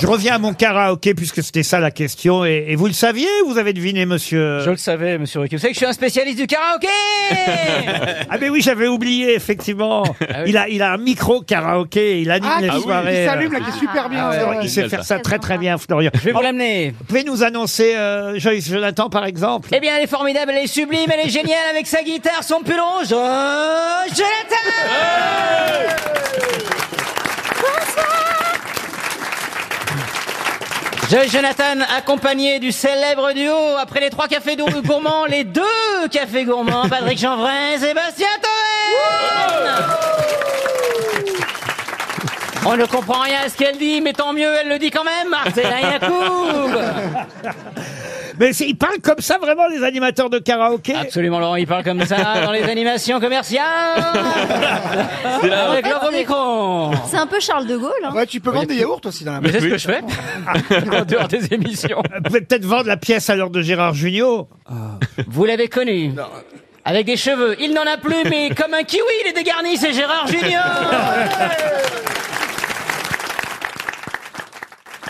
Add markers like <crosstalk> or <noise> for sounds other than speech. Je reviens à mon karaoké puisque c'était ça la question. Et, et vous le saviez ou Vous avez deviné, monsieur Je le savais, monsieur Ricky. Vous savez que je suis un spécialiste du karaoké <laughs> Ah mais oui, j'avais oublié, effectivement. Il a, il a un micro karaoké, il anime Ah, les qui- qui soirées. euh, s'allume, là, qui est super bien, ah. ouais, Florian, ouais. Il sait faire ça très très bien, Florian. Je vais vous l'amener. Vous pouvez nous annoncer euh, Joyce Jonathan, par exemple Eh bien, elle est formidable, elle est sublime, elle est géniale avec sa guitare, son pull rouge. Oh, je l'attends Joy Jonathan, accompagné du célèbre duo, après les trois cafés dou- gourmands, les deux cafés gourmands, Patrick Chanvrin et Sébastien Toen On ne comprend rien à ce qu'elle dit, mais tant mieux, elle le dit quand même, Marcela Yacoub Mais c'est- il parle comme ça, vraiment, les animateurs de karaoké Absolument, Laurent, il parle comme ça dans les animations commerciales Avec leur micro C'est un peu Charles de Gaulle. hein. Ouais, tu peux vendre des yaourts aussi dans la Mais c'est ce que je fais En dehors des émissions Vous pouvez peut-être vendre la pièce à l'heure de Gérard Junior. Vous l'avez connu Avec des cheveux, il n'en a plus, mais comme un kiwi, il est dégarni, c'est Gérard Junior